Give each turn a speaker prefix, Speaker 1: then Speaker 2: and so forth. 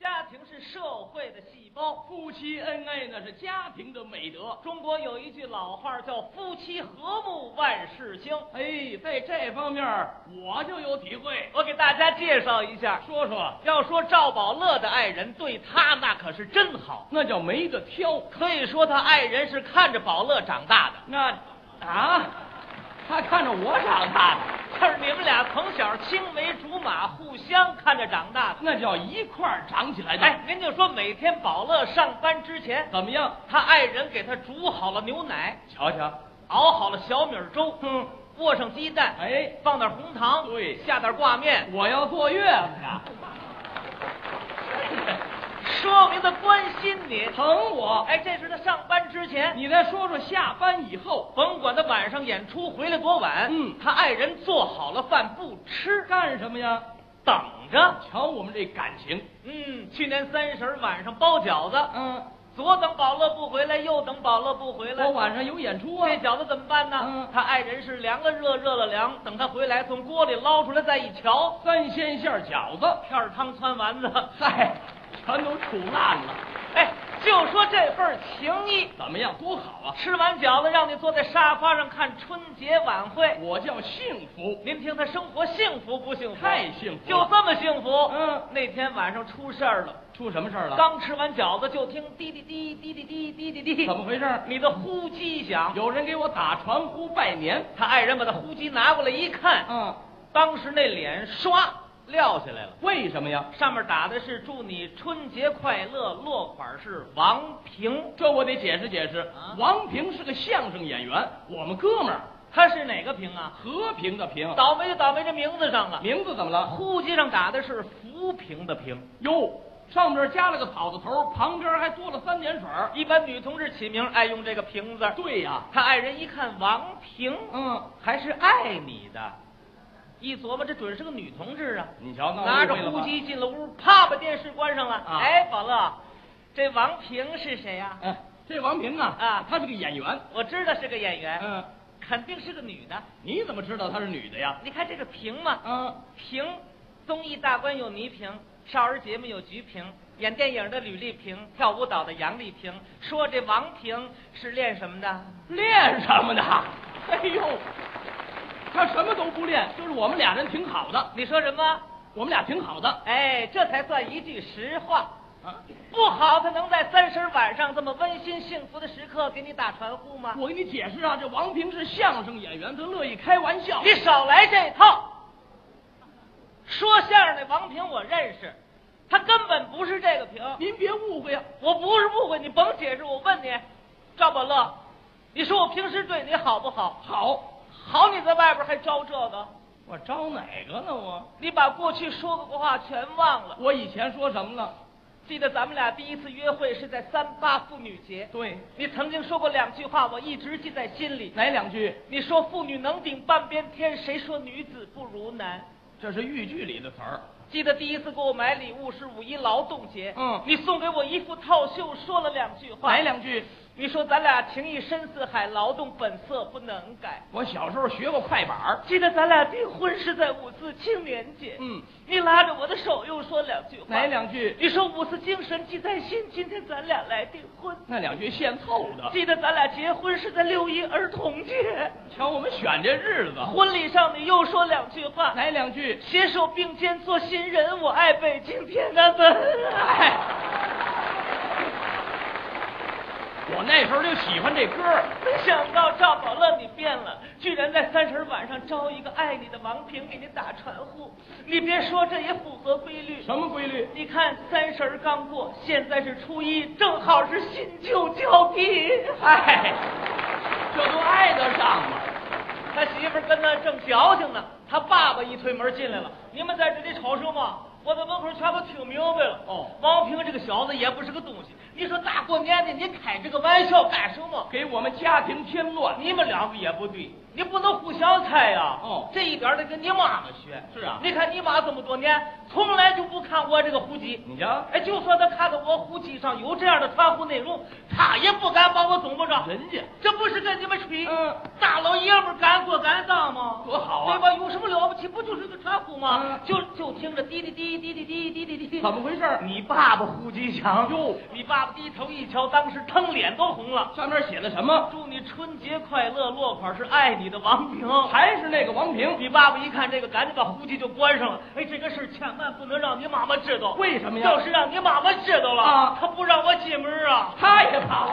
Speaker 1: 家庭是社会的细胞，
Speaker 2: 夫妻恩爱那是家庭的美德。
Speaker 1: 中国有一句老话叫“夫妻和睦万事兴
Speaker 2: 哎，在这方面儿我就有体会”。。
Speaker 1: 我给大家介绍一下，
Speaker 2: 说说，
Speaker 1: 要说赵宝乐的爱人对他那可是真好，
Speaker 2: 那叫没得挑。
Speaker 1: 可以说他爱人是看着宝乐长大的。
Speaker 2: 那 啊，他看着我长大的，
Speaker 1: 就是你们俩从小青梅竹马，互相看着长大的。
Speaker 2: 那叫一块儿长起来的。
Speaker 1: 哎，您就说每天宝乐上班之前，
Speaker 2: 怎么样？
Speaker 1: 他爱人给他煮好了牛奶，
Speaker 2: 瞧 瞧，
Speaker 1: 熬好了小米粥，
Speaker 2: 嗯，
Speaker 1: 握上鸡蛋，
Speaker 2: 哎，
Speaker 1: 放点红糖，
Speaker 2: 对
Speaker 1: 下点挂面，
Speaker 2: 我要坐月子呀，
Speaker 1: 说明他关心你。
Speaker 2: 疼我。
Speaker 1: 哎，这是他上班之前，
Speaker 2: 你再说说下班以后
Speaker 1: 甭管他晚上演出回来多晚，
Speaker 2: 嗯
Speaker 1: 他爱人做好了饭不吃，
Speaker 2: 干什么呀？
Speaker 1: 等着。
Speaker 2: 瞧我们这感情，
Speaker 1: 嗯，去年三十晚上包饺子，
Speaker 2: 嗯，
Speaker 1: 左等宝乐不回来，右等宝乐不回来，
Speaker 2: 我晚上有演出啊
Speaker 1: 这。饺子怎么办呢？
Speaker 2: 嗯
Speaker 1: 他爱人是凉了热，热了凉，等他回来从锅里捞出来再一瞧，
Speaker 2: 三鲜馅儿饺子，
Speaker 1: 片儿汤汆丸子。
Speaker 2: 嗨，全都杵烂了。
Speaker 1: 哎，就说这份情谊，
Speaker 2: 怎么样？多好啊！
Speaker 1: 吃完饺子让你坐在沙发上看春节晚会。
Speaker 2: 我叫幸福。
Speaker 1: 您听他生活幸福不幸福？
Speaker 2: 太幸福
Speaker 1: 就
Speaker 2: 了
Speaker 1: 这么幸福。
Speaker 2: 嗯，
Speaker 1: 那天晚上出事儿了，
Speaker 2: 出什么事儿了？
Speaker 1: 刚吃完饺子就听滴滴滴滴滴滴滴滴滴，
Speaker 2: 怎么回事？
Speaker 1: 你的呼机响。
Speaker 2: 有人给我打传呼拜年。
Speaker 1: 他爱人把他呼机拿过来一看，
Speaker 2: 嗯，
Speaker 1: 当时那脸唰撂下来了。
Speaker 2: 为什么呀？
Speaker 1: 上面打的是“祝你春节快乐”，落款是王平。
Speaker 2: 这我得解释解释。
Speaker 1: 啊
Speaker 2: 王平是个相声演员，我们哥们儿，
Speaker 1: 他是哪个平啊？
Speaker 2: 和平的平。
Speaker 1: 倒霉就倒霉这名字上了。
Speaker 2: 名字怎么了？
Speaker 1: 户籍上打的是浮萍的萍。
Speaker 2: 哟，上边加了个草字头，旁边还多了三点水儿。
Speaker 1: 一般女同志起名爱用这个“萍”字儿。
Speaker 2: 对呀、
Speaker 1: 他爱人一看王平，
Speaker 2: 嗯，
Speaker 1: 还是爱你的，一琢磨这准是个女同志啊。
Speaker 2: 你瞧，那
Speaker 1: 拿着
Speaker 2: 误会了吧
Speaker 1: 呼，机进了屋，啪把电视关上了。
Speaker 2: 啊
Speaker 1: 哎，宝乐，这王平是谁呀、
Speaker 2: 哎，这王平啊，
Speaker 1: 啊哎
Speaker 2: 他是个演员。
Speaker 1: 我知道是个演员，
Speaker 2: 嗯，
Speaker 1: 肯定是个女的。
Speaker 2: 你怎么知道她是女的呀？
Speaker 1: 你看这个萍嘛，
Speaker 2: 嗯，
Speaker 1: 萍，综艺大观有倪萍，少儿节目有菊萍，演电影的吕丽萍，跳舞蹈的杨丽萍。说这王萍是练什么的？
Speaker 2: 练什么的？ 哎呦，他什么都不练，就是我们俩人挺好的，
Speaker 1: 你说什么？
Speaker 2: 我们俩挺好的。
Speaker 1: 哎，这才算一句实话。
Speaker 2: 啊，
Speaker 1: 不好，他能在三十晚上这么温馨幸福的时刻给你打传呼吗？
Speaker 2: 我给你解释啊，这王平是相声演员，他乐意开玩笑。
Speaker 1: 你少来这套。说相声的王平我认识，他根本不是这个萍。
Speaker 2: 您别误会啊，
Speaker 1: 我不是误会你，甭解释。我问你，赵宝乐，你说我平时对你好不好？
Speaker 2: 好，
Speaker 1: 好，你在外边还招这个，
Speaker 2: 我招哪个呢？我
Speaker 1: 你把过去说过的话全忘了。
Speaker 2: 我以前说什么了？
Speaker 1: 记得咱们俩第一次约会是在三八妇女节，
Speaker 2: 对，
Speaker 1: 你曾经说过两句话，我一直记在心里。
Speaker 2: 哪两句？
Speaker 1: 你说妇女能顶半边天，谁说女子不如男？
Speaker 2: 这是豫剧里的词儿。
Speaker 1: 记得第一次给我买礼物是五一劳动节，
Speaker 2: 嗯
Speaker 1: 你送给我一副套袖，说了两句话。
Speaker 2: 哪两句？
Speaker 1: 你说咱俩情谊深似海，劳动本色不能改。
Speaker 2: 我小时候学过快板儿。
Speaker 1: 记得咱俩订婚是在五四青年节，
Speaker 2: 嗯，
Speaker 1: 你拉着我的手又说两句话，
Speaker 2: 哪？两句？
Speaker 1: 你说五四精神记在心，今天咱俩来订婚。
Speaker 2: 那两句现凑的。
Speaker 1: 记得咱俩结婚是在六一儿童节，
Speaker 2: 瞧我们选这日子，
Speaker 1: 婚礼上你又说两句话，
Speaker 2: 哪两句？
Speaker 1: 携手并肩做新人，我爱北京天安门。哎，
Speaker 2: 我那时候就喜欢这歌儿。
Speaker 1: 没想到赵宝乐你变了，居然在三十晚上招一个爱你的王平给你打传呼。你别说，这也符合规律。
Speaker 2: 什么规律？
Speaker 1: 你看三十儿刚过，现在是初一，正好是新旧交替。哎
Speaker 2: 嗨，哎这都挨得上啊吗？
Speaker 1: 他媳妇儿跟他正矫情呢，他爸爸一推门进来了，你们在这里吵什么？我在门口全都听明白了。
Speaker 2: 哦
Speaker 1: 王平这个小子也不是个东西，你说大过年的你开这个玩笑干什么？
Speaker 2: 给我们家庭添乱。
Speaker 1: 你们两个也不对，你不能互相猜呀、
Speaker 2: 哦
Speaker 1: 这一点儿得跟你妈妈学。
Speaker 2: 是啊
Speaker 1: 你看你妈这么多年，从来就不看我这个户籍。
Speaker 2: 你瞧，
Speaker 1: 哎，就说她看到我户籍上有这样的传呼内容，她也不敢把我怎么着。
Speaker 2: 人家
Speaker 1: 这不是跟你们吹？
Speaker 2: 嗯
Speaker 1: 大老爷们儿敢过敢当吗？
Speaker 2: 多好啊
Speaker 1: 对吧？有什么了不起？不就是个传呼吗？
Speaker 2: 嗯
Speaker 1: 就就听着滴滴滴滴滴滴滴滴滴滴。
Speaker 2: 怎么回事儿？
Speaker 1: 你爸爸户籍强
Speaker 2: 哟
Speaker 1: 你爸爸低头一瞧，当时腾脸都红了。
Speaker 2: 上面写的什么？
Speaker 1: 祝你春节快乐，落款是爱你的王平。
Speaker 2: 还是那个王平？
Speaker 1: 你爸爸一看这个，赶紧把户籍就关上了。哎，这个事儿千万不能让你妈妈知道。
Speaker 2: 为什么呀
Speaker 1: 要是让你妈妈知道了，
Speaker 2: 啊
Speaker 1: 她不让我进门啊。
Speaker 2: 他也跑。